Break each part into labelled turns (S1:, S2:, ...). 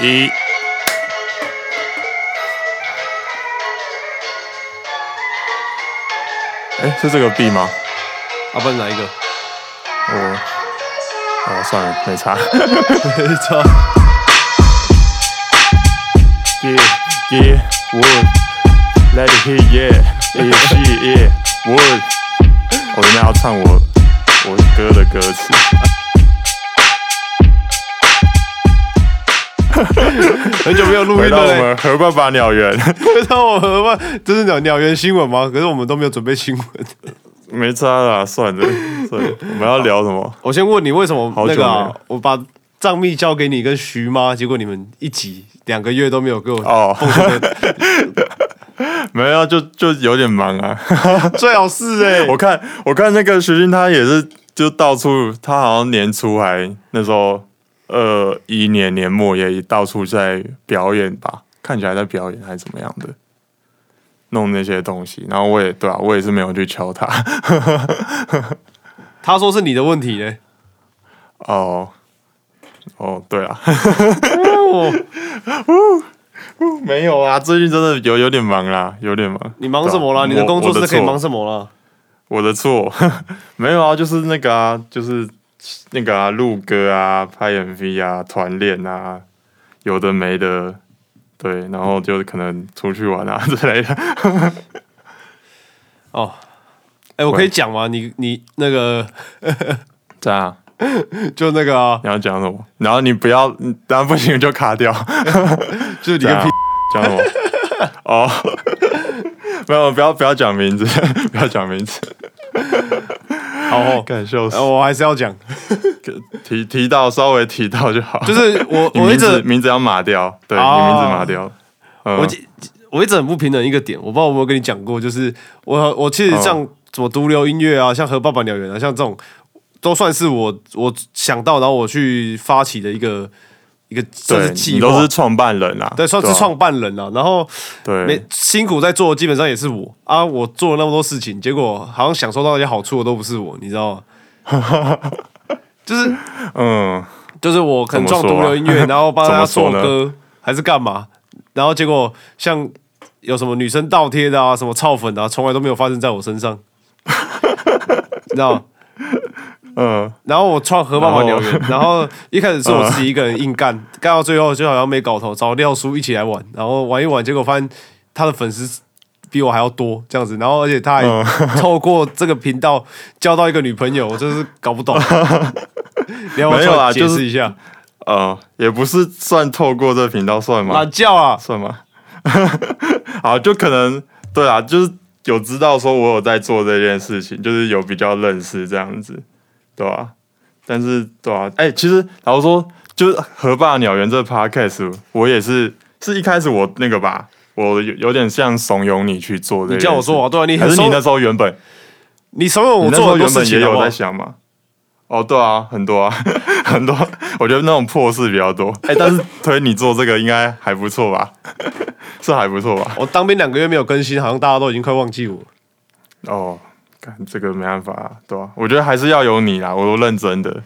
S1: 一。哎、是这个 B 吗？
S2: 啊，不然哪一 个？
S1: 我，哦，算了，没 差。
S2: 操！
S1: Yeah, yeah, would let it hit, yeah, yeah, shit, yeah, would。我原来要唱我我歌的歌词。
S2: 很久没有录
S1: 回
S2: 音
S1: 到
S2: 了
S1: 我
S2: 嘞，
S1: 们何爸爸鸟园，
S2: 回到我们吧，这是鸟鸟园新闻吗？可是我们都没有准备新闻。
S1: 没差啦，算了，算了。我们要聊什么？
S2: 我先问你，为什么
S1: 好久
S2: 那个
S1: 没
S2: 啊
S1: 有
S2: 我把账密交给你跟徐妈，结果你们一集两个月都没有给我
S1: 哦， 没有，就就有点忙啊。
S2: 最好是哎、
S1: 我看我看那个徐静，他也是就到处，他好像年初还那时候，呃，一年年末也到处在表演吧，看起来在表演还是怎么样的，弄那些东西。然后我也对啊，我也是没有去敲他。
S2: 他说是你的问题哎嘞、
S1: 哦哦，对 啊，
S2: 哦，
S1: 没有啊，最近真的有有点忙啦，有点忙。
S2: 你忙什么
S1: 对
S2: 啦？
S1: 啊
S2: 你的工作
S1: 我
S2: 是可以
S1: 错
S2: 忙什么啦？
S1: 我的错， 没有啊，就是那个啊，就是那个啊，录歌啊，拍 MV 啊，团练啊，有的没的，对，然后就可能出去玩啊 之类的。
S2: 哦，哎、我可以讲吗？你你那个
S1: 这
S2: 啊
S1: 样，
S2: 就那个、啊、
S1: 你要讲什么？然后你不要，嗯当然不行就卡 掉。
S2: 就
S1: 这
S2: 你跟
S1: 样
S2: 屁，
S1: 讲什么？
S2: 啊
S1: 哦， 没有，不要不要讲名字， 不要讲名字，
S2: 好哦，
S1: 感受
S2: 呃我还是要讲，
S1: 提提到稍微提到就好。
S2: 就是 我
S1: 你
S2: 我一
S1: 名
S2: 直哦
S1: 字名字要码掉，对、你名字码掉。嗯
S2: 我记我一直很不平等一个点，我不知道我有没有跟你讲过，就是我我
S1: 嗯
S2: 其实像什么独流音乐啊，像和爸爸鸟园啊，像这种都算是我我想到然后我去发起的一个一个算
S1: 对，
S2: 是
S1: 你
S2: 计
S1: 都
S2: 划
S1: 是，创办人啊，
S2: 对，算是
S1: 吧
S2: 创办人了、啊。然后没
S1: 对，
S2: 辛苦在做，基本上也是我啊，我做了那么多事情，结果好像享受到那些好处的都不是我，你知道吗？ 就是
S1: 嗯，
S2: 就是我可能撞
S1: 怎么
S2: 独
S1: 说啊
S2: 流音乐，然后帮大家做
S1: 怎么说
S2: 歌还是干嘛，然后结果像有什么女生倒贴的啊，什么操粉的、啊，从来都没有发生在我身上， 你知道吗？
S1: 嗯，
S2: 然后我创河马马
S1: 然后
S2: 鸟园，然后一开始是我自己一个人硬干，干到最后就好像没搞头，找廖叔一起来玩，然后玩一玩，结果发现他的粉丝比我还要多这样子，然后而且他
S1: 嗯
S2: 还透过这个频道交到一个女朋友，我真是搞 不懂。你要不
S1: 没
S2: 要
S1: 有
S2: 出
S1: 啦
S2: 来解
S1: 就是
S2: 释一下？
S1: 呃，也不是算透过这频道算吗？
S2: 懒觉啊，
S1: 算吗？ 好，就可能对啊，就是有知道说我有在做这件事情，就是有比较认识这样子，对吧、但是对啊，哎、其实老实说，就是河坝鸟园这 podcast，我也是是一开始我那个吧，我有有点像怂恿你去做这件
S2: 你
S1: 事，
S2: 叫我做啊，对啊，你
S1: 还
S2: 很
S1: 是你
S2: 怂
S1: 那，时候原本
S2: 你怂恿
S1: 你
S2: 我
S1: 那时
S2: 做
S1: 候
S2: 很多
S1: 原
S2: 事
S1: 本也
S2: 情好
S1: 有
S2: 不好
S1: 在？想嘛。哦，对啊，很多啊，很多。我觉得那种破事比较多。哎、但是推你做这个应该还不错吧？ 是还不错吧？
S2: 我当兵两个月没有更新，好像大家都已经快忘记我。
S1: 哦，干这个没办法、啊，对啊？我觉得还是要有你啦，我都认真的。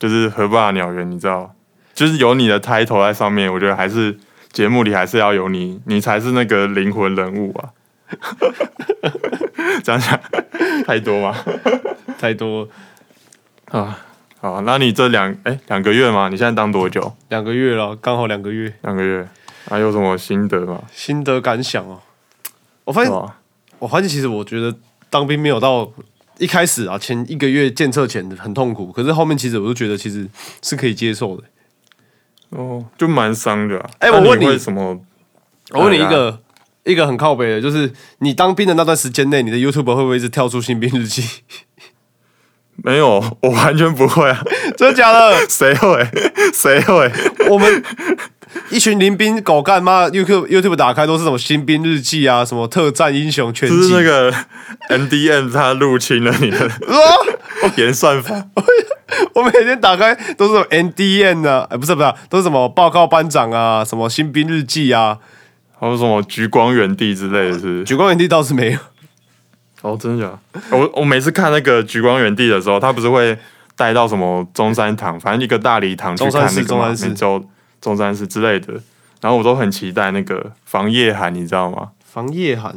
S1: 就是河坝鸟园，你知道，就是有你的 title 在上面，我觉得还是节目里还是要有你，你才是那个灵魂人物啊。 这样讲太多吗？
S2: 太多
S1: 啊，好，那你这两哎两个月吗？你现在当多久？
S2: 两个月了，刚好两个月，
S1: 两个月，还、有什么心得吗？
S2: 心得感想哦。我发
S1: 对啊
S2: 现
S1: 吧？
S2: 我发现其实我觉得当兵没有到一开始啊，前一个月建测前很痛苦，可是后面其实我就觉得其实是可以接受的。
S1: 哦，就蛮伤的、啊。
S2: 哎
S1: 那
S2: 我问
S1: 你
S2: 你
S1: 会什么？哎
S2: 我问你
S1: 啊
S2: 一个、一个很靠北的，就是你当兵的那段时间内，你的 YouTube 会不会一直跳出新兵日记？
S1: 没有，我完全不会啊！
S2: 真的假的？
S1: 谁会？ 谁 会？
S2: 我们一群临兵狗干妈 YouTube YouTube 打开都是什么新兵日记啊，什么特战英雄全
S1: 就是
S2: 集，
S1: 那个 NDM 他入侵了你 的
S2: 哦
S1: 演算法。
S2: 啊我每天打开都是什么 NDN 啊，哎、不是不是啊，都是什么报告班长啊，什么新兵日记啊，
S1: 还有什么橘光原地之类的是不是？
S2: 举光原地倒是没有。
S1: 哦，真的假的？我我每次看那个橘光原地的时候，他不是会带到什么中山堂，反正一个大礼堂去
S2: 中
S1: 看
S2: 山市
S1: 那个嘛
S2: 中山市
S1: 每周中山市之类的，然后我都很期待那个房夜涵，你知道吗？
S2: 房夜涵，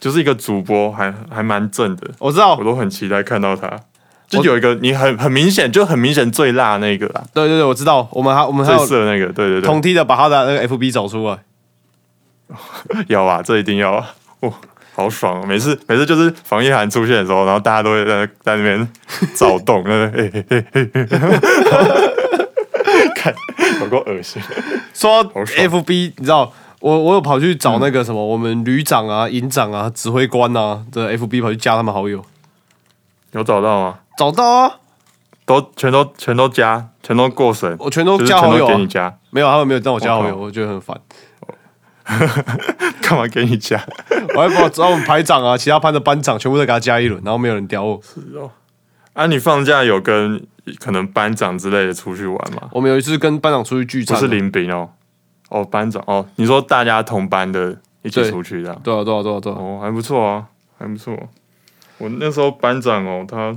S1: 就是一个主播，还还蛮正的，
S2: 我知道
S1: 我，都很期待看到他。就有一个你很很明显，就很明显最辣那个啦，
S2: 对对对，我知道，我们还我们还
S1: 最
S2: 有
S1: 色那个，对对对，
S2: 同梯的把他的那个 FB 找出来，
S1: 要啊，这一定要啊！哇、好爽、哦！每次每次就是防疫函出现的时候，然后大家都会在在那 边躁动，那边嘿嘿嘿嘿 嘿，看有够恶心。
S2: 说到
S1: 好爽
S2: FB，你知道我我有跑去找那个什么，我们旅长啊、营长啊、指挥官啊的 FB 跑去加他们好友，
S1: 有找到吗？
S2: 找到啊，
S1: 都全都全都加，全都过审，
S2: 我全都
S1: 就是
S2: 加
S1: 全
S2: 好友、
S1: 都
S2: 啊
S1: 给，你加，
S2: 没有他们没有让我加好友，
S1: 我
S2: 我觉得很烦。
S1: 干嘛给你加？
S2: 我还把找我们排长啊、其他班的班长全部都给他加一轮，然后没有人屌我。
S1: 啊，你放假有跟可能班长之类的出去玩吗？
S2: 我们有一次跟班长出去聚
S1: 不
S2: 餐啊，
S1: 是林炳哦，哦班长哦，你说大家同班的一起
S2: 对
S1: 出去这样。
S2: 对啊对啊对啊对啊，
S1: 哦，还不错啊，还不错。我那时候班长哦，他，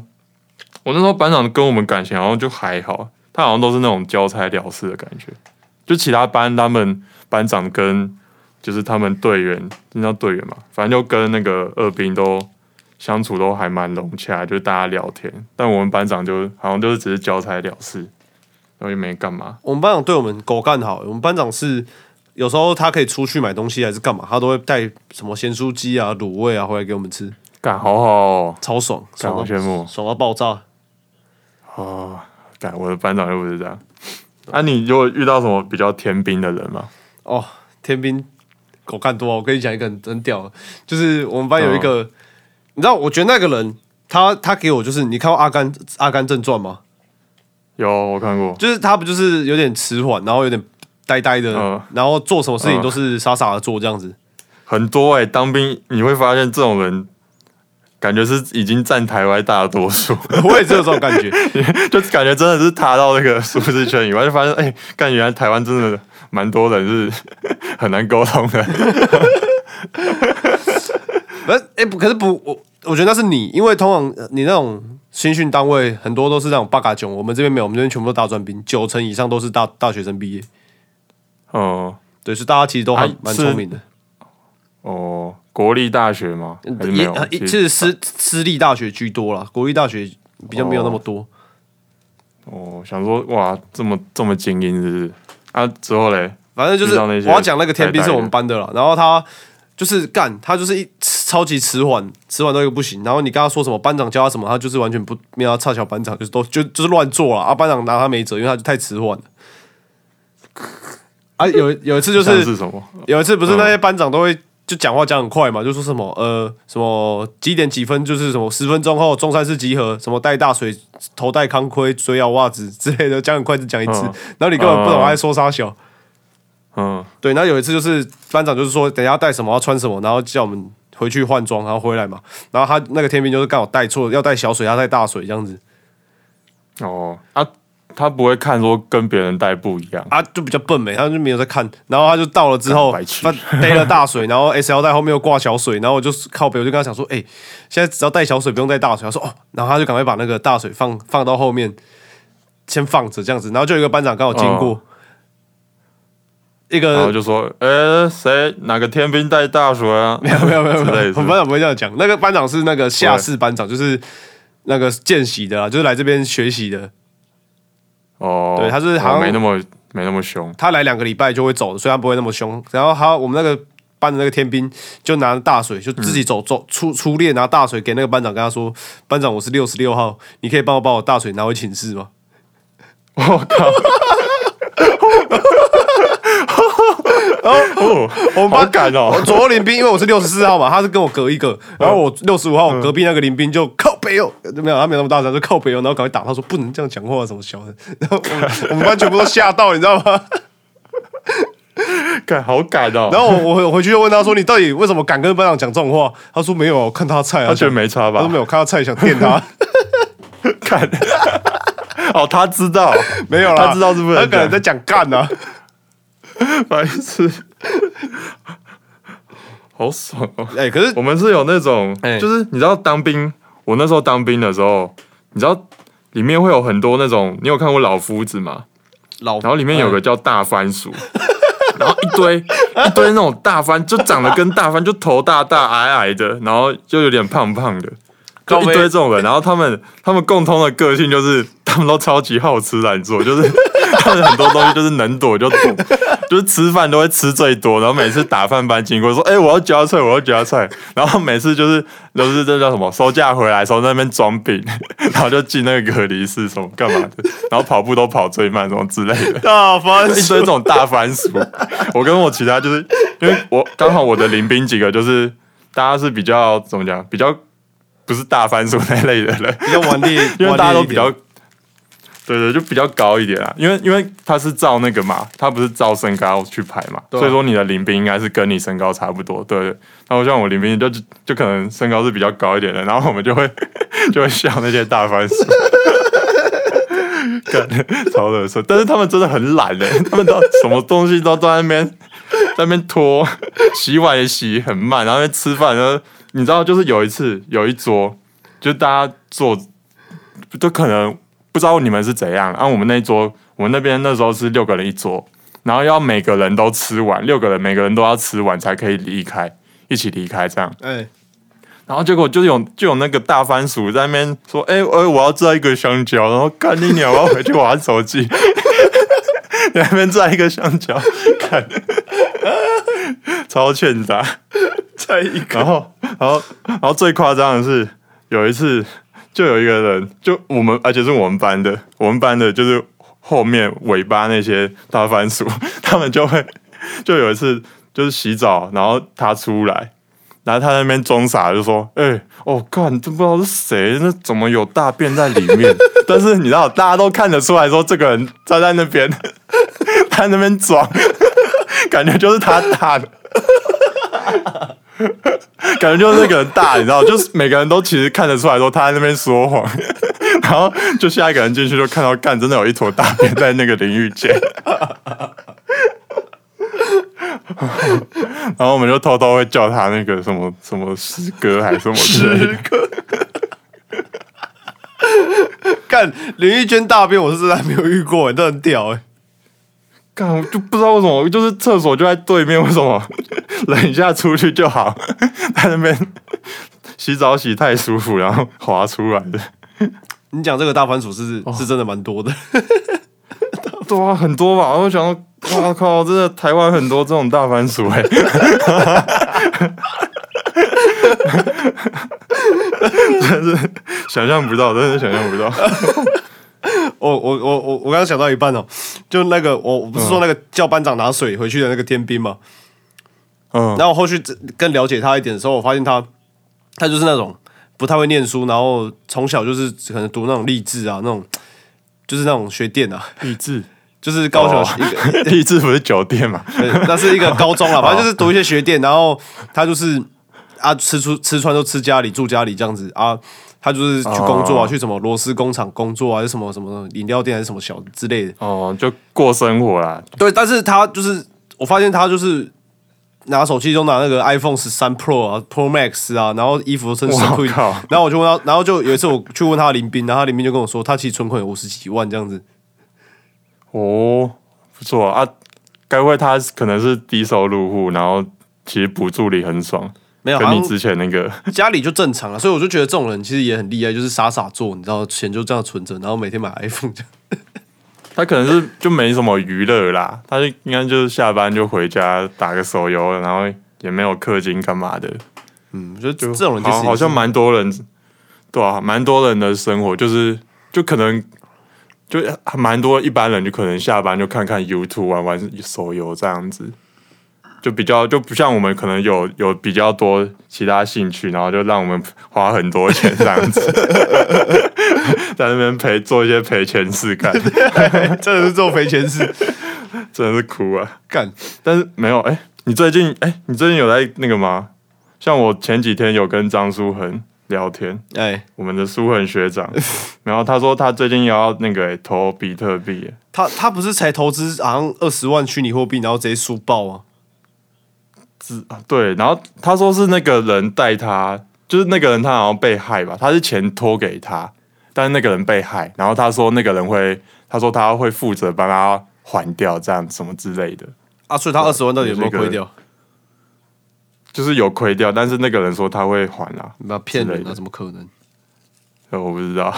S1: 我那时候班长跟我们感情好像就还好，他好像都是那种交差了事的感觉。就其他班他们班长跟就是他们队员，你知道队员嘛，反正就跟那个二兵都相处都还蛮融洽，就大家聊天。但我们班长就好像就是只是交差了事，然后也没干嘛。
S2: 我们班长对我们狗干好，我们班长是。有时候他可以出去买东西还是干嘛，他都会带什么咸酥鸡啊、卤味啊回来给我们吃，
S1: 干好好、哦，
S2: 超爽，
S1: 干
S2: 爽
S1: 好
S2: 到
S1: 羡慕。
S2: 爽到爆炸。
S1: 哦，干我的班长又不是这样。啊，你如果遇到什么比较天兵的人吗？
S2: 哦，天兵狗干多啊！我跟你讲一个很很屌的，就是我们班有一个，
S1: 嗯
S2: 你知道，我觉得那个人他他给我就是，你看过《阿甘阿甘正传》吗？
S1: 有，我看过。
S2: 就是他不就是有点迟缓，然后有点呆呆的，
S1: 嗯
S2: 然后做什么事情
S1: 嗯
S2: 都是傻傻的做这样子。
S1: 很多哎、当兵你会发现这种人，感觉是已经占台湾大多数，
S2: 我也是有这种感 觉，
S1: 就感觉真的是踏到那个舒适圈以外，就发现哎，干、原来台湾真的蛮多人是 很难沟通的。
S2: 而哎、不可是不，我我觉得那是你，因为通常呃你那种新训单位很多都是那种八嘎囧，我们这边没有，我们这边全部都大专兵，九成以上都是大大学生毕业，
S1: 哦、
S2: 对，是大家其实都还
S1: 啊
S2: 蛮
S1: 是
S2: 聪明的。
S1: 哦，国立大学吗？还是没
S2: 也
S1: 有
S2: 呃？
S1: 其
S2: 其
S1: 实
S2: 实私私立大学居多啦，国立大学比较没有那么多。
S1: 哦，想说哇，这么这么精英是不是？啊，之后嘞，
S2: 反正就是
S1: 遇到那些
S2: 我要讲那个天兵
S1: 呆呆
S2: 是
S1: 的
S2: 我们班的啦，然后他就是干，他就是一超级迟缓，迟缓到一个不行。然后你跟他说什么班长教他什么，他就是完全不没有要差小班长，就是都就就是乱做了啊。班长拿他没辙，因为他就太迟缓了。啊，有有一次就
S1: 就是是嗯什么？
S2: 有一次不是那些班长都会就讲话讲很快嘛，就说什么呃什么几点几分就是什么十分钟后中山市集合，什么带大水头戴康盔水咬袜子之类的，讲很快只讲一次，
S1: 嗯
S2: 然后你根本不懂他在说啥小。
S1: 嗯，
S2: 对，然后有一次就是班长就是说等一下带什么要穿什么，然后叫我们回去换装，然后回来嘛，然后他那个天兵就是刚好带错，要带小水，他带大水这样子
S1: 哦，啊，他不会看说跟别人带不一样，
S2: 啊，就比较笨没，他就没有在看，然后他就到了之后
S1: 干白，痴
S2: 他背了大水，然后 S L 带后面又挂小水，然后我就靠北，我就跟他讲说，哎、现在只要带小水，不用带大水。他说哦，然后他就赶快把那个大水放放到后面，先放着这样子，然后就有一个班长刚好经过，一
S1: 哦然后
S2: 个
S1: 就说，呃、谁哪个天兵带大水啊？
S2: 没有没有没有
S1: 之
S2: 没
S1: 类
S2: 有，
S1: 的
S2: 我们班长不会这样讲，那个班长是那个下士班长，就是那个见习的啦，啊就是来这边学习的，
S1: 哦，
S2: 对他是好像
S1: 哦没那么没那么 凶，
S2: 他来两个礼拜就会走，所以他不会那么凶。然后他我们那个班的那个天兵就拿大水，就自己走走出出列拿大水给那个班长，跟他说：“班长，我是六十六号，你可以帮我把我大水拿回寝室吗
S1: 我靠，？”哦，
S2: 我们
S1: 好
S2: 班
S1: 敢
S2: 我
S1: 哦，
S2: 左右林兵，因为我是六十四号嘛，他是跟我隔一个，然后我六十五号，
S1: 嗯
S2: 我隔壁那个林兵就靠北哦，没有，他没有那么大声，就靠北哦，然后赶快打他说不能这样讲话，啊什么小的，然后我们我们班全部都吓到，你知道吗？
S1: 敢好敢哦，
S2: 然后我我回去就问他说你到底为什么敢跟班长讲这种话？他说没有啊，我看他菜啊，
S1: 他觉得没差
S2: 他
S1: 吧
S2: 都？没有看到菜想电 他，
S1: 看， 哦，他知道，
S2: 没有啦，
S1: 他知道是不能
S2: 他可能在讲 干呢、啊。
S1: 白痴，好爽哦。
S2: 哎、可是
S1: 我们是有那种，
S2: 哎
S1: 就是你知道当兵，我那时候当兵的时候，你知道里面会有很多那种，你有看过老夫子吗？
S2: 老，
S1: 然后里面有个
S2: 嗯
S1: 叫大番薯， 然后一 堆一堆那种大番，就长得跟大番就头大大矮矮的，然后就有点胖胖的，就
S2: 靠
S1: 一
S2: 背
S1: 堆 这种人。然后他们他们共通的个性就是他们都超级好吃懒做，就是 他们很多东西就是能躲就躲。 就是吃饭都会吃最多，然后每次打饭班经过说：“哎、我要夹菜，我要夹菜。”然后每次就是都是这叫什么收假回来的时候在那边装饼， 然后就进那个隔离室什么干嘛的，然后跑步都跑最慢什么之类的。
S2: 大番
S1: 一堆这种大番薯。我跟我其他就是因为我刚好我的邻兵几个就是大家是比较怎么讲，比较不是大番薯那类的人，
S2: 比较顽劣，
S1: 因为大家
S2: 顽劣
S1: 都
S2: 一点
S1: 比较。对对，就比较高一点啊，因为因为他是照那个嘛，他不是照身高去排嘛，
S2: 对啊
S1: 所以说你的林兵应该是跟你身高差不多，对对。然后像我林兵就就可能身高是比较高一点的，然后我们就会 就会笑那些大番薯，干超乐色，但是他们真的很懒的，他们都什么东西都都在那边在那边拖，洗碗也洗很慢，然后在那边吃饭，然后你知道就是有一次有一桌，就大家坐就可能不知道你们是怎样。啊，我们那一桌，我们那边那时候是六个人一桌，然后要每个人都吃完，六个人每个人都要吃完才可以离开，一起离开这样。
S2: 哎，
S1: 然后结果就有就有那个大番薯在那边说：“哎、哎、我要摘一个香蕉。”然后干你鸟，我要回去玩手机。 你在那边摘一个香蕉，看， 超欠打。
S2: 再一个
S1: 然后，然后，然后最夸张的是，有一次就有一个人，就我们，而且是我们班的，我们班的就是后面尾巴那些大番薯，他们就会，就有一次就是洗澡，然后他出来，然后他在那边装傻，就说：“哎、哦，看，都不知道是谁，那怎么有大便在里面？” 但是你知道，大家都看得出来说，这个人站在那边， 他在那边装， 感觉就是他大的。 感觉就是那个人大，你知道，就是每个人都其实看得出来说他在那边说谎， 然后就下一个人进去就看到干，真的有一坨大便在那个淋浴间， 然后我们就偷偷会叫他那个什么什么师哥还是什么之类的，
S2: 干林玉娟大便，我是真的还没有遇过，这很屌哎。
S1: 干我就不知道为什么，就是厕所就在对面，为什么忍一下出去就好，在那边洗澡洗太舒服，然后滑出来的。
S2: 你讲这个大番薯是
S1: 哦
S2: 是真的蛮多的，
S1: 对啊，很多吧。我就想说，哇靠，真的台湾很多这种大番薯哎、欸，真是想象不到，真的想象不到。
S2: 我我我我我刚刚想到一半哦，就那个我我不是说那个叫班长拿水回去的那个天兵嘛，
S1: 嗯，
S2: 然后我后续更了解他一点的时候，我发现他他就是那种不太会念书，然后从小就是可能读那种励志啊，那种就是那种学电啊，
S1: 励志，
S2: 就是高
S1: 哦
S2: 雄一个、
S1: 励志不是酒店嘛？
S2: 对，那是一个高中啊了，反
S1: 哦
S2: 正就是读一些学店，然后他就是啊，吃出吃穿都吃家里，住家里这样子啊。他就是去工作啊，
S1: 哦
S2: 去什么螺丝工厂工作啊，还是什么什么饮料店，还是什么小之类的。
S1: 哦，就过生活啦。
S2: 对，但是他就是我发现他就是拿手机都拿那个 iPhone 十三 Pro 啊、Pro Max 啊，然后衣服甚至
S1: 哇
S2: 裤，
S1: 靠
S2: 然后我就问他，然后就有一次我去问他林斌，然后他林斌就跟我说，他其实存款有五十几万这样子。
S1: 哦，不错啊，该不会他可能是低收入户，然后其实补助里很爽，
S2: 没有，
S1: 跟
S2: 好
S1: 你
S2: 像
S1: 之前那 个
S2: 家里就正常了，所以我就觉得这种人其实也很厉害，就是傻傻做，你知道，钱就这样存着，然后每天买 iPhone 这样。
S1: 他可能是就没什么娱乐啦，他就应该就是下班就回家打个手游，然后也没有氪金干嘛的。
S2: 嗯，就 这种人就是
S1: 好好像蛮多人，对啊，蛮多人的生活就是就可能就蛮多一般人就可能下班就看看 YouTube 玩玩手游这样子，就比较就不像我们可能有有比较多其他兴趣，然后就让我们花很多钱这样 子，在那边赔做一些赔钱事干，
S2: 真的是做赔钱事
S1: 真的是哭啊。
S2: 干。
S1: 但是没有哎、你最近哎、你最近有在那个吗？像我前几天有跟张书恒聊天，
S2: 哎，
S1: 我们的书恒学长， 然后他说他最近也要那个、哎投比特币、哎
S2: 他他不是才投资好像二十万虚拟货币，然后直接输爆啊？
S1: 对，然后他说是那个人带他，就是那个人他好像被害吧，他是钱托给他，但是那个人被害，然后他说那个人会，他说他会负责帮他还掉，这样什么之类的，
S2: 啊，所以他二十万到底有没有亏掉？
S1: 就是有亏掉，但是那个人说他会还啊，
S2: 那骗
S1: 之
S2: 人
S1: 类
S2: 啊，
S1: 的
S2: 怎么可能？
S1: 呃我不知道，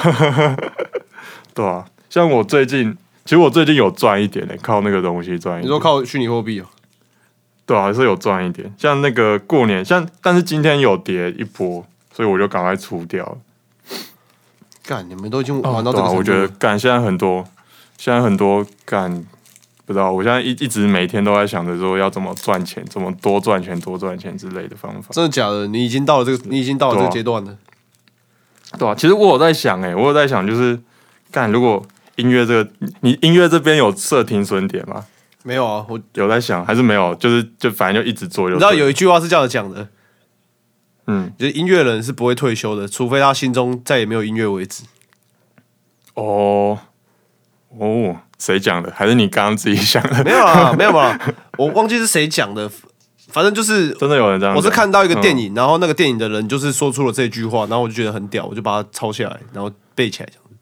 S1: 对啊，像我最近，其实我最近有赚一点的、欸靠那个东西赚一点。
S2: 你说靠虚拟货币哦，
S1: 对啊，还是有赚一点。像那个过年，像但是今天有跌一波，所以我就赶快出掉了。
S2: 干，你们都已经玩到
S1: 对
S2: 这个
S1: 啊，
S2: 程度了，
S1: 我觉得干现在很多，现在很多干不知道，我现在一一直每天都在想着说要怎么赚钱，怎么多赚钱、多赚钱之类的方法。
S2: 真的假的？你已经到了这个，你已经到了这
S1: 对
S2: 个
S1: 啊
S2: 阶段了。
S1: 对啊，其实我有在想、欸，我有在想，就是干如果音乐这个，你音乐这边有设停损点吗？
S2: 没有啊，我你
S1: 有在想还是没有？就是就反正就一直做就对了，啊
S2: 知道有一句话是这样讲的，
S1: 嗯
S2: 就是音乐人是不会退休的，除非他心中再也没有音乐为止。
S1: 哦哦，谁讲的？还是你刚刚自己想的？
S2: 没有啊，没有啊，我忘记是谁讲的，反正就是
S1: 真的有人这样讲？
S2: 我是看
S1: 嗯
S2: 到一个电影，然后那个电影的人就是说出了这句话，然后我就觉得很屌，我就把它抄下来，然后背起来这样子，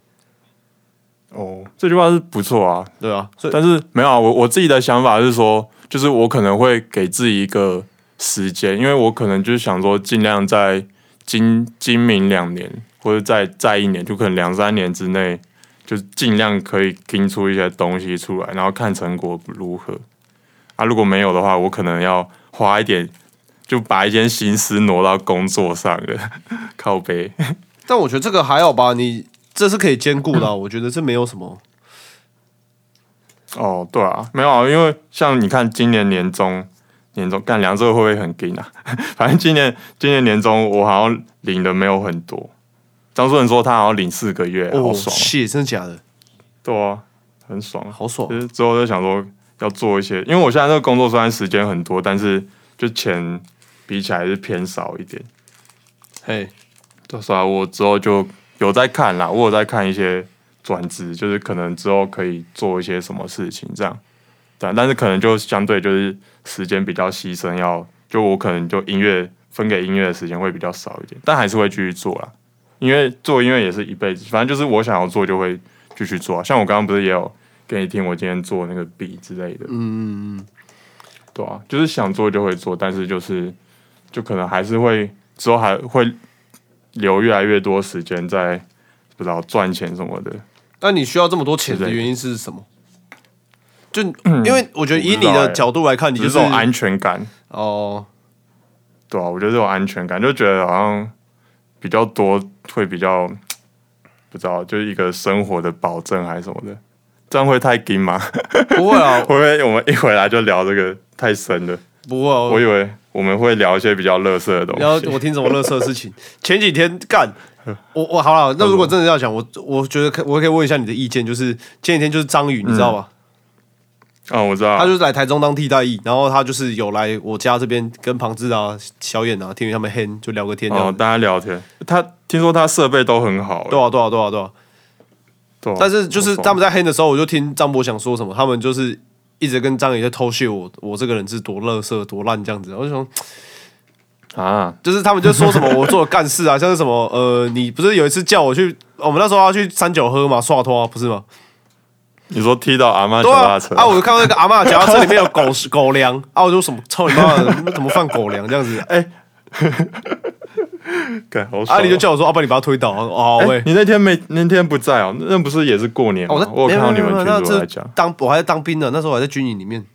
S1: 哦，这句话是不错啊，
S2: 对啊，所以
S1: 但是没有啊，我我自己的想法是说，就是我可能会给自己一个时间，因为我可能就是想说，尽量在今今明两年，或者在在一年，就可能两三年之内，就尽量可以拼出一些东西出来，然后看成果如何。啊，如果没有的话，我可能要花一点，就把一些心思挪到工作上了， 靠背。
S2: 但我觉得这个还好吧，你这是可以兼顾的啊、我觉得这没有什么。
S1: 哦，对啊，没有啊，因为像你看今年年终，年终干凉这个会不会很劲啊？ 反正今年今年年终我好像领的没有很多。张书仁说他好像领四个月，好
S2: 哦，
S1: 爽、啊，
S2: 谢，真的假的？
S1: 对啊，很爽啊。
S2: 好爽
S1: 其！实之后就想说要做一些，因为我现在这个工作虽然时间很多，但是就钱比起来是偏少一点。
S2: 嘿，
S1: 对，所以我之后就有在看啦，我有在看一些转职，就是可能之后可以做一些什么事情这样，但但是可能就相对就是时间比较牺牲要，就我可能就音乐分给音乐的时间会比较少一点，但还是会继续做啦，因为做音乐也是一辈子，反正就是我想要做就会继续做啊、像我刚刚不是也有给你听我今天做那个笔之类的，
S2: 嗯，
S1: 对啊，就是想做就会做，但是就是就可能还是会之后还会留越来越多时间在不知道赚钱什么的。
S2: 那你需要这么多钱
S1: 之
S2: 的
S1: 类的
S2: 原因是什么？就
S1: 嗯
S2: 因为我觉得以你
S1: 哎
S2: 的角度来看，你
S1: 就
S2: 就是是
S1: 这种安全感，
S2: 哦，
S1: 对啊，我觉得这种安全感就觉得好像比较多会比较不知道，就是一个生活的保证还是什么的，这样会太硬吗？
S2: 不会啊
S1: 会，不会我们一回来就聊这个太深了？
S2: 不会啊，
S1: 我以为我们会聊一些比较乐色的东
S2: 然后
S1: 西。
S2: 我听什么乐色 事情？前几天干，我我好
S1: 嗯
S2: 了。那如果真的要讲，我我觉得可我可以问一下你的意见，就是前几天就是张宇，你知道吧？
S1: 嗯，我知道，
S2: 他就是来台中当替代役，然后他就是有来我家这边跟庞志啊、小演啊、天宇他们 h 就聊个天这
S1: 哦
S2: 样，子。
S1: 大家聊天，他听说他设备都很好，
S2: 对啊，对啊，对啊，对啊。
S1: 对啊
S2: 但是就是
S1: 好爽
S2: 他们在黑的时候，我就听张博想说什么，他们就是一直跟张宇在偷笑我，我这个人是多乐色、多烂这样子。我就想，
S1: 啊，
S2: 就是他们就说什么我做了干事啊，像是什么呃，你不是有一次叫我去，我们那时候要去三九喝嘛，刷拖、啊、不是吗？
S1: 你说踢到阿妈脚
S2: 对
S1: 踏
S2: 啊
S1: 车，，
S2: 啊，我就看到那个阿嬷脚踏车里面有狗 狗粮，啊，我就什么操你妈的，怎么放狗粮这样子？
S1: 干好爽
S2: 啊，
S1: 哦
S2: 你就叫我说，哎阿爸你把他推倒，哦
S1: 哎
S2: 喂。
S1: 你那天没那天不在哦，那不是也是过年吗？
S2: 啊在
S1: 我有看到你
S2: 没有没有
S1: 们群
S2: 没有那
S1: 主
S2: 这
S1: 在讲，
S2: 当我还在当兵呢，那时候我还在军营里面。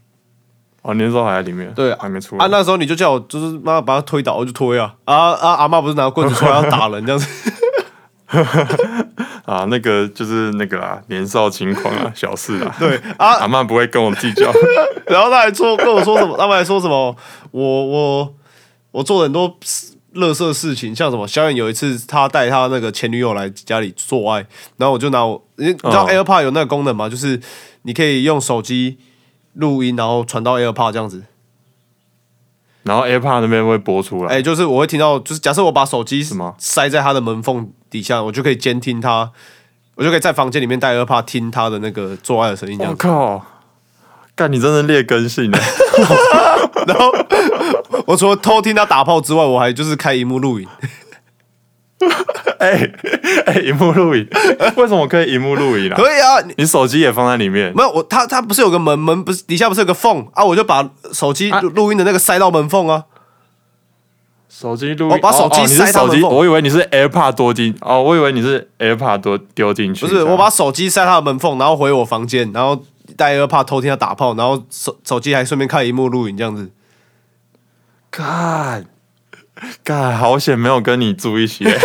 S1: 哦，你那时候还在里面，
S2: 对，
S1: 还没出来
S2: 啊，那时候你就叫我，就是妈把他推倒，我就推啊。啊啊，阿妈不是拿棍子出来要打人这样子？
S1: 啊，那个就是那个啦，年少轻狂啊， 小事啊，
S2: 对啊
S1: 阿妈不会跟我计 较，
S2: 然后他还说跟我说什么，他们还说什么，我我我做了很多乐色事情，像什么小远有一次他带他那个前女友来家里做爱，然后我就拿我，因为你知道
S1: 哦
S2: AirPod 有那个功能吗？就是你可以用手机录音，然后传到 AirPod 这样子。
S1: 然后 AirPod 那边会播出
S2: 哎、
S1: 来，
S2: 就是我会听到，就是假设我把手机什
S1: 么
S2: 塞在他的门缝底下，我就可以监听他，我就可以在房间里面戴 AirPod 听他的那个做爱的声音这
S1: 我
S2: 样子。
S1: 靠，干你真的劣根性 啊！
S2: 然后
S1: 啊
S2: 我除了偷听他打炮之外，我还就是开荧幕录影。
S1: 哎、哎哎，荧幕录影，为什么可以荧幕录影啊？
S2: 可以啊，你
S1: 你手机也放在里面
S2: 没有我他他不是有个门门不是底下不是有个缝啊？我就把手机录录音的那个塞到门缝啊。
S1: 手机录
S2: 我
S1: 音，
S2: 把手机
S1: 哦哦你是
S2: 塞他
S1: 手
S2: 们
S1: 机，
S2: 缝
S1: 我以为你是 AirPod 多进，哦，我以为你是 AirPod 多丢进去
S2: 不
S1: 这样。
S2: 是，我把手机塞他的门缝，然后回我房间，然后戴 AirPod 偷听他打炮，然后手手机还顺便看荧幕录影这样子。
S1: 干干，好险没有跟你住一起 欸。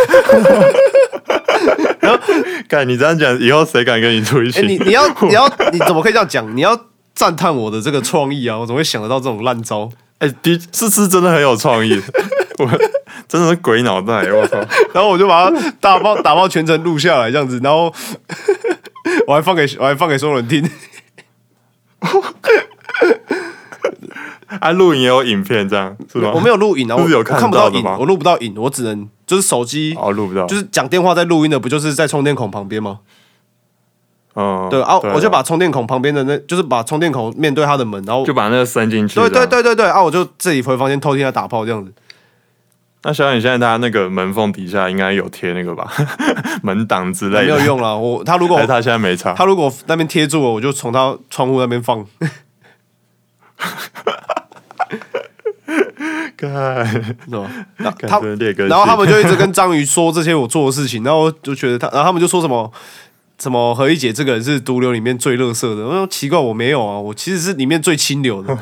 S1: 干，你这样讲，以后谁敢跟你住一起？
S2: 哎、你 你要你要你怎么可以这样讲？你要赞叹我的这个创意啊！我怎么会想得到这种烂招？
S1: 哎，的是是真的很有创意，我真的是鬼脑袋，我操！
S2: 然后我就把它打包打包全程录下来这样子，然后我还放给我还放给所有人听。
S1: 啊，录影也有影片这样是吗？
S2: 我没有录影啊，我
S1: 是有
S2: 我
S1: 看
S2: 看不
S1: 到
S2: 到
S1: 的
S2: 影
S1: 吗，
S2: 我录不到影，我只能就是手机
S1: 哦，录不到，
S2: 就是讲电话在录音的，不就是在充电孔旁边吗？
S1: 嗯，
S2: 对啊，我就把充电孔旁边的那，就是把充电孔面对他的门，然后
S1: 就把那个伸进去。
S2: 对
S1: 这
S2: 对
S1: 样。
S2: 对对对啊，我就自己回房间偷听他打炮这样子。
S1: 那小远现在他那个门缝底下应该有贴那个吧， 门挡之类
S2: 没
S1: 的
S2: 有。用了，我他如 果
S1: 还是他现在没擦，
S2: 他如果那边贴住我，我就从他窗户那边放。
S1: 干
S2: 是吧？然后
S1: 干
S2: 他
S1: 真的劣根性
S2: 然后他们就一直跟章鱼说这些我做的事情，然后我就觉得他，然后他们就说什么什么何一姐这个人是毒瘤里面最乐色的，我说奇怪我没有啊，我其实是里面最清流的。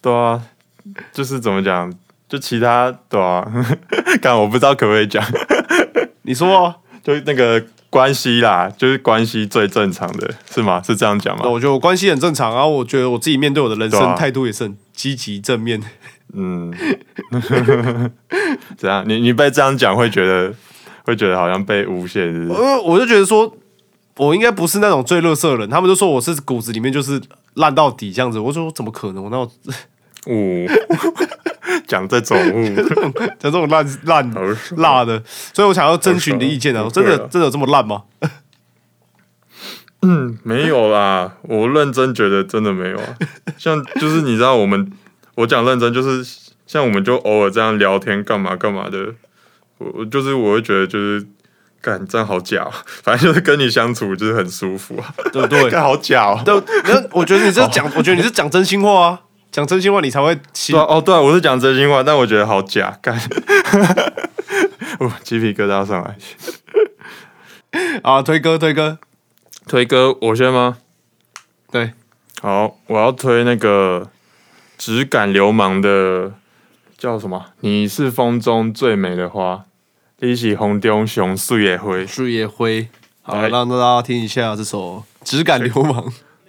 S1: 对啊，就是怎么讲，就其他对啊， 干我不知道可不可以讲，
S2: 你说、啊，
S1: 就那个关系啦，就是关系最正常的是吗？是这样讲
S2: 那
S1: 吗？
S2: 我觉得我关系很正常啊，我觉得我自己面对我的人
S1: 对
S2: 生
S1: 啊
S2: 态度也是很积极正面。
S1: 嗯，怎样？你你被这样讲会觉得会觉得好像被诬陷是不
S2: 因
S1: 是？
S2: 为呃我就觉得说，我应该不是那种最乐色的人，他们就说我是骨子里面就是烂到底这样子，我说怎么可能？我那我
S1: 五哦 讲这种哦物，
S2: 讲这种烂烂
S1: 好爽
S2: 辣的，所以我想要征询你的意见啊，
S1: 好
S2: 我
S1: 爽
S2: 真
S1: 对
S2: 的
S1: 啊
S2: 真的有这么烂吗？
S1: 没有啦，我认真觉得真的没有 啊。像就是你知道我们，我讲认真就是像我们就偶尔这样聊天干嘛干嘛的，我我就是我会觉得就是。干这样好假、哦， 反正就是跟你相处就是很舒服啊，
S2: 对不 对？
S1: 干好假哦。
S2: 对，那我觉得你这讲，我觉得你是讲真心话啊，讲真心话你才会心
S1: 对、啊、哦，对啊、我是讲真心话，但我觉得好假，干， 我鸡皮疙瘩上来。
S2: 啊，推哥推哥，
S1: 推歌我先吗？
S2: 对，
S1: 好，我要推那个只敢流氓的叫什么？你是风中最美的花，你是红中熊树叶灰。
S2: 树叶灰，好，
S1: 来
S2: 让大家听一下这首《只敢流氓》，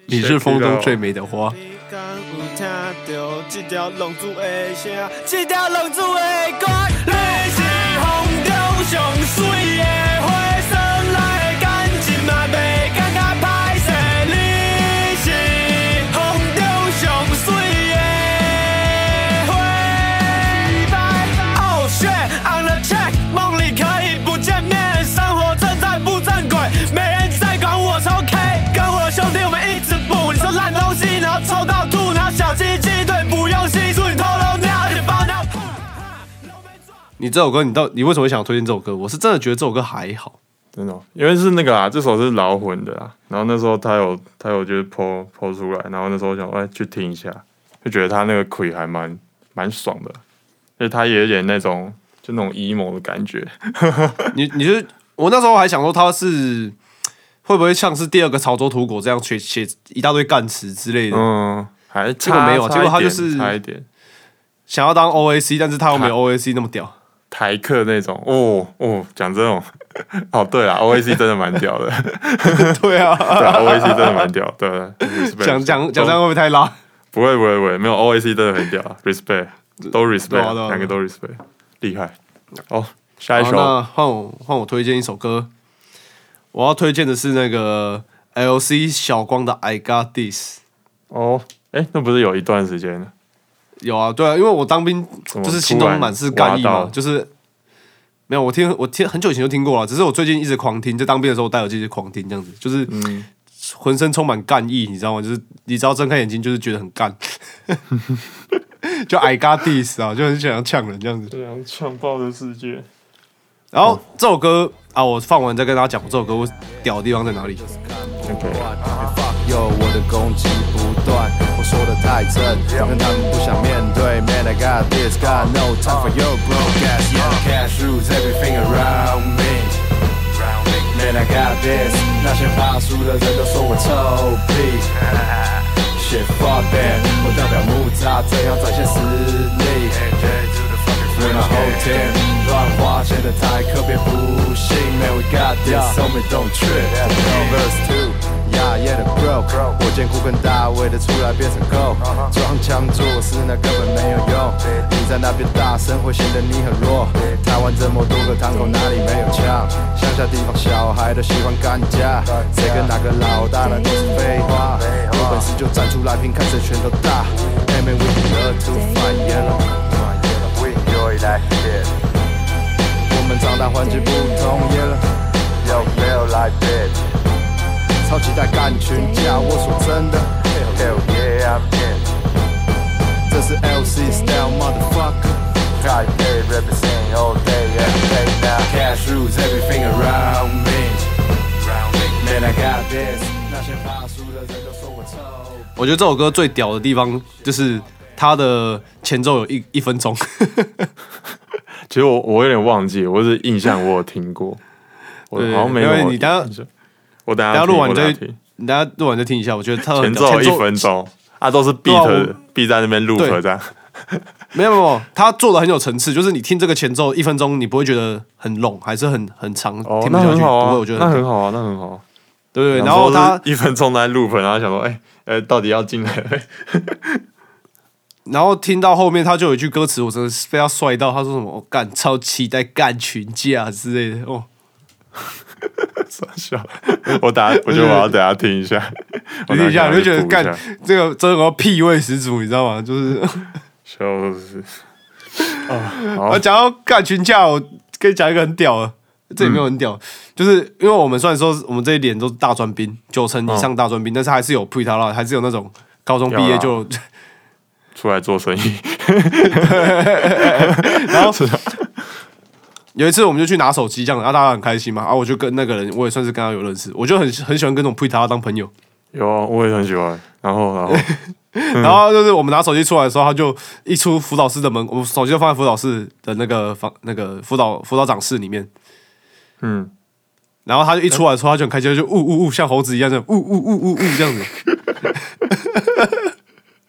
S2: 你是风中最美的花。
S3: 你敢有听到这条浪子的声？这条浪子的歌，你是风中上水的花，生来感情嘛袂感觉歹势。你是风中上水的花，哦，血 on the check，梦里可以不见面，生活正在不正轨，没人在管我抽 K，跟我兄弟我们一直补，你说烂东西，然后抽到吐，然后小鸡鸡腿不用洗，祝你偷漏尿，你包尿裤。
S2: 你这首歌，你到你为什么会想推荐这首歌？我是真的觉得这首歌还好，
S1: 真的哦、因为是那个啊，这首是老混的啊。然后那时候他有他有就是剖剖出来，然后那时候我想哎去听一下，就觉得他那个鬼还蛮蛮爽的，就是他也有点那种就那种 emo 的感觉。
S2: 你你就是我那时候还想说他是会不会像是第二个潮州土狗这样写写一大堆干词之类的，
S1: 嗯，还
S2: 结果
S1: 差
S2: 没有
S1: 差
S2: 结果他
S1: 一点
S2: 就是
S1: 差一点
S2: 想要当 OAC，但是他又没有
S1: 他
S2: OAC 那么屌。
S1: 台客那种。哦哦，讲这种 哦，对啦 o a c 真的蛮屌的，
S2: 对啊，
S1: 对 o a c 真的蛮屌，对，respect，啊
S2: 讲讲讲这样会不会太拉？
S1: 不会不会不会，没有 OAC 真的很屌啊，respect，都 respect，
S2: 对啊对啊
S1: 两个都 respect，厉害。哦，下一
S2: 好，
S1: 首
S2: 那换我换我推荐一首歌，我要推荐的是那个 L C 小光的《I Got This》。
S1: 哦，哎，那不是有一段时间
S2: 有啊，对啊，因为我当兵
S1: 么
S2: 就是心中满是干意
S1: 突然挖
S2: 嘛
S1: 到，
S2: 就是没有我听我听很久以前就听过了，只是我最近一直狂听，在当兵的时候我戴耳机一直狂听，这样子就是
S1: 嗯
S2: 浑身充满干意，你知道吗？就是你只要睁开眼睛就是觉得很干， 就 I Got This 啊，就很想要呛人这样子。
S1: 这样强暴的世界，
S2: 然
S1: 哦
S2: 后这首歌啊，我放完再跟大家讲这首歌我屌的地方在哪里。
S4: Fuck yo，我的攻击不断，我说的太正，让他们不想面对。Man I got this, got no time for your broke ass. Yeah, cash rules everything around me. Man I got this，那些怕输的人都说我臭屁。Shit fuck that，我代表木栅，正要展现实力。When I hold team，乱花钱的台客别不信。Man we got this, so me don't trip. Verse two。压抑的 broke，我艰苦跟大卫的出来变成 go，装腔作势那根本没有用。你在那边大声会显得你很弱。台湾这么多个堂口，哪里没有枪？乡下地方小孩都喜欢干架，谁跟哪个老大那都是废话。有本事就站出来拼，看谁拳头大。Hey man, we love to fight yellow. We enjoy that shit. 我们长大环境不同，yellow. Yo, feel like that. 超期待干群架，我说真的。Hell yeah, I'm in. 这是 LC style motherfucker。I day represent all day, every day now. Cash rules everything around me. Man, I got this. 那些怕输的人都说我臭。
S2: 我觉得这首歌最屌的地方就是它的前奏有一一分钟，
S1: 其实我我有点忘记，我只是印象我有听 过，我
S2: 对
S1: 好像没有
S2: 因为
S1: 我。
S2: 你等下
S1: 我等
S2: 大家
S1: 下
S2: 录完
S1: 你
S2: 你再
S1: 听，，
S2: 你大家录完再听一下。我觉得它的
S1: 前奏一分钟啊，都是 beat
S2: 对
S1: 的 beat 在那边 loop
S2: 对
S1: 这样。
S2: 没有没有没有，他做的很有层次，就是你听这个前奏一分钟，你不会觉得很拢，还是很很长，
S1: 哦，
S2: 听不
S1: 那
S2: 下
S1: 很
S2: 去，
S1: 好
S2: 不会，
S1: 啊
S2: 我觉，得
S1: 那
S2: 很
S1: 很好啊，那很好啊。
S2: 对对对。然后他
S1: 想说是一分钟在 loop，然后想说，哎、呃、到底要进来了没？
S2: 然后听到后面，他就有一句歌词，我真的是被他帅到。他说什么？我、哦干超期待干群架之类的。哦，
S1: 傻笑，我打，我觉得我要等下听一下， 我
S2: 你听一下，
S1: 等
S2: 你就觉得
S1: 补一
S2: 干
S1: 下
S2: 这个真的屁味十足，你知道吗？就是
S1: 就是
S2: 啊，讲到干群架，我跟你讲一个很屌的，这也没有很
S1: 嗯
S2: 屌，就是因为我们虽然说我们这一年都是大专兵，九成以上大专兵，但是还是有配套啦，还是有那种高中毕
S1: 嗯有
S2: 业
S1: 啦
S2: 就，
S1: 出来做生意，
S2: 然后有一次我们就去拿手机这样，啊，大家很开心嘛，啊，我就跟那个人，我也算是跟他有认识，我就很很喜欢跟那种配套当朋友，
S1: 有啊，我也很喜欢。然后， 然后嗯
S2: 然后就是我们拿手机出来的时候，他就一出辅导室的门，我们手机就放在辅导室的那个房那个辅导辅导长室里面。
S1: 嗯，
S2: 然后他就一出来的时候，他就很开心，就呜呜呜，像猴子一样这样呜呜呜呜呜这样子。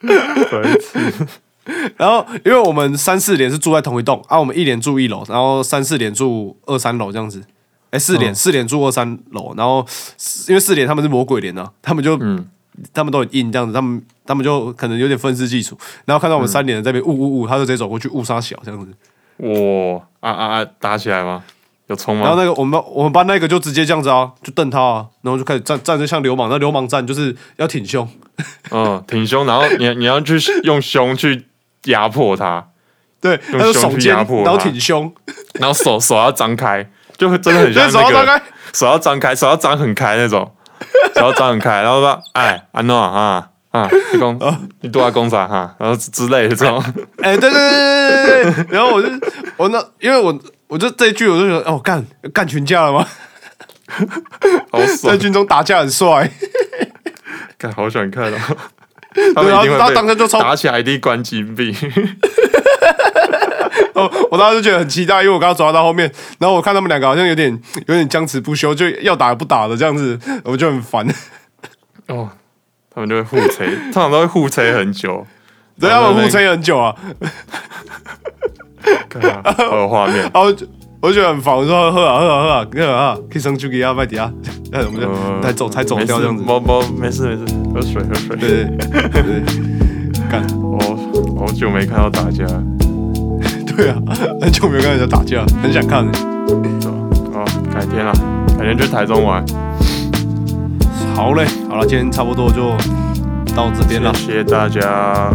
S1: 白痴
S2: 然后因为我们三四连是住在同一栋啊，我们一连住一楼，然后三四连住二三楼这样子。哎，四
S1: 嗯
S2: 连、四连住二三楼，然后因为四连他们是魔鬼连啊，他们就、
S1: 嗯
S2: 他们都很硬这样子，他们他们就可能有点愤世嫉俗。然后看到我们三连在那边呜呜呜，他就直接走过去误杀小这样子。
S1: 哇啊啊啊！打起来吗？有冲吗？
S2: 然后那个我们我们班那个就直接这样子啊，就瞪他啊，然后就开始站站着像流氓，那流氓站就是要挺胸，
S1: 嗯，挺胸，然后你你要去用胸去压迫他，
S2: 对，他
S1: 用
S2: 就
S1: 胸
S2: 耸
S1: 去
S2: 肩，
S1: 压迫
S2: 然后
S1: 他
S2: 挺胸，
S1: 然后手手要张开，就真的很像
S2: 对手
S1: 那
S2: 要
S1: 个
S2: 张开，
S1: 手要张开，手要张很开那种， 手要张很开，然后说哎安诺啊啊，你公
S2: 哦
S1: 你多少公仔哈，啊然后之之类的 这种，
S2: 哎、对对对对对对对，然后我就我那因为我我就这一句我就觉得哦干干群架了吗？
S1: 好爽
S2: 在，军中打架很帅，
S1: 看好想看 哦。他们一定
S2: 然后
S1: 会被
S2: 啊当时就冲
S1: 打起来，一定关禁闭。
S2: 哦，我当时就觉得很期待，因为我刚刚走到他后面，然后我看他们两个好像有点有点僵持不休，就要打不打的这样子，我就很烦。
S1: 哦，他们就会互吹， 通常都会互吹很久。
S2: 对，他们互吹很久啊，
S1: 看啊，好有画 面。
S2: 然后就我就觉得很烦，我说喝啊喝啊喝啊喝啊，可以生出给阿麦迪啊， 然后我们就
S1: 呃
S2: 才走才走
S1: 没事
S2: 掉这样子。
S1: 没没没事没事，喝水喝水。
S2: 对对对，干
S1: 我好久没看到打架了，
S2: 对啊，很久没有跟人家打架，很想看、
S1: 对吧？啊，改天啦，改天去台中玩。
S2: 好嘞，好了，今天差不多就到这边了。
S1: 谢谢大家，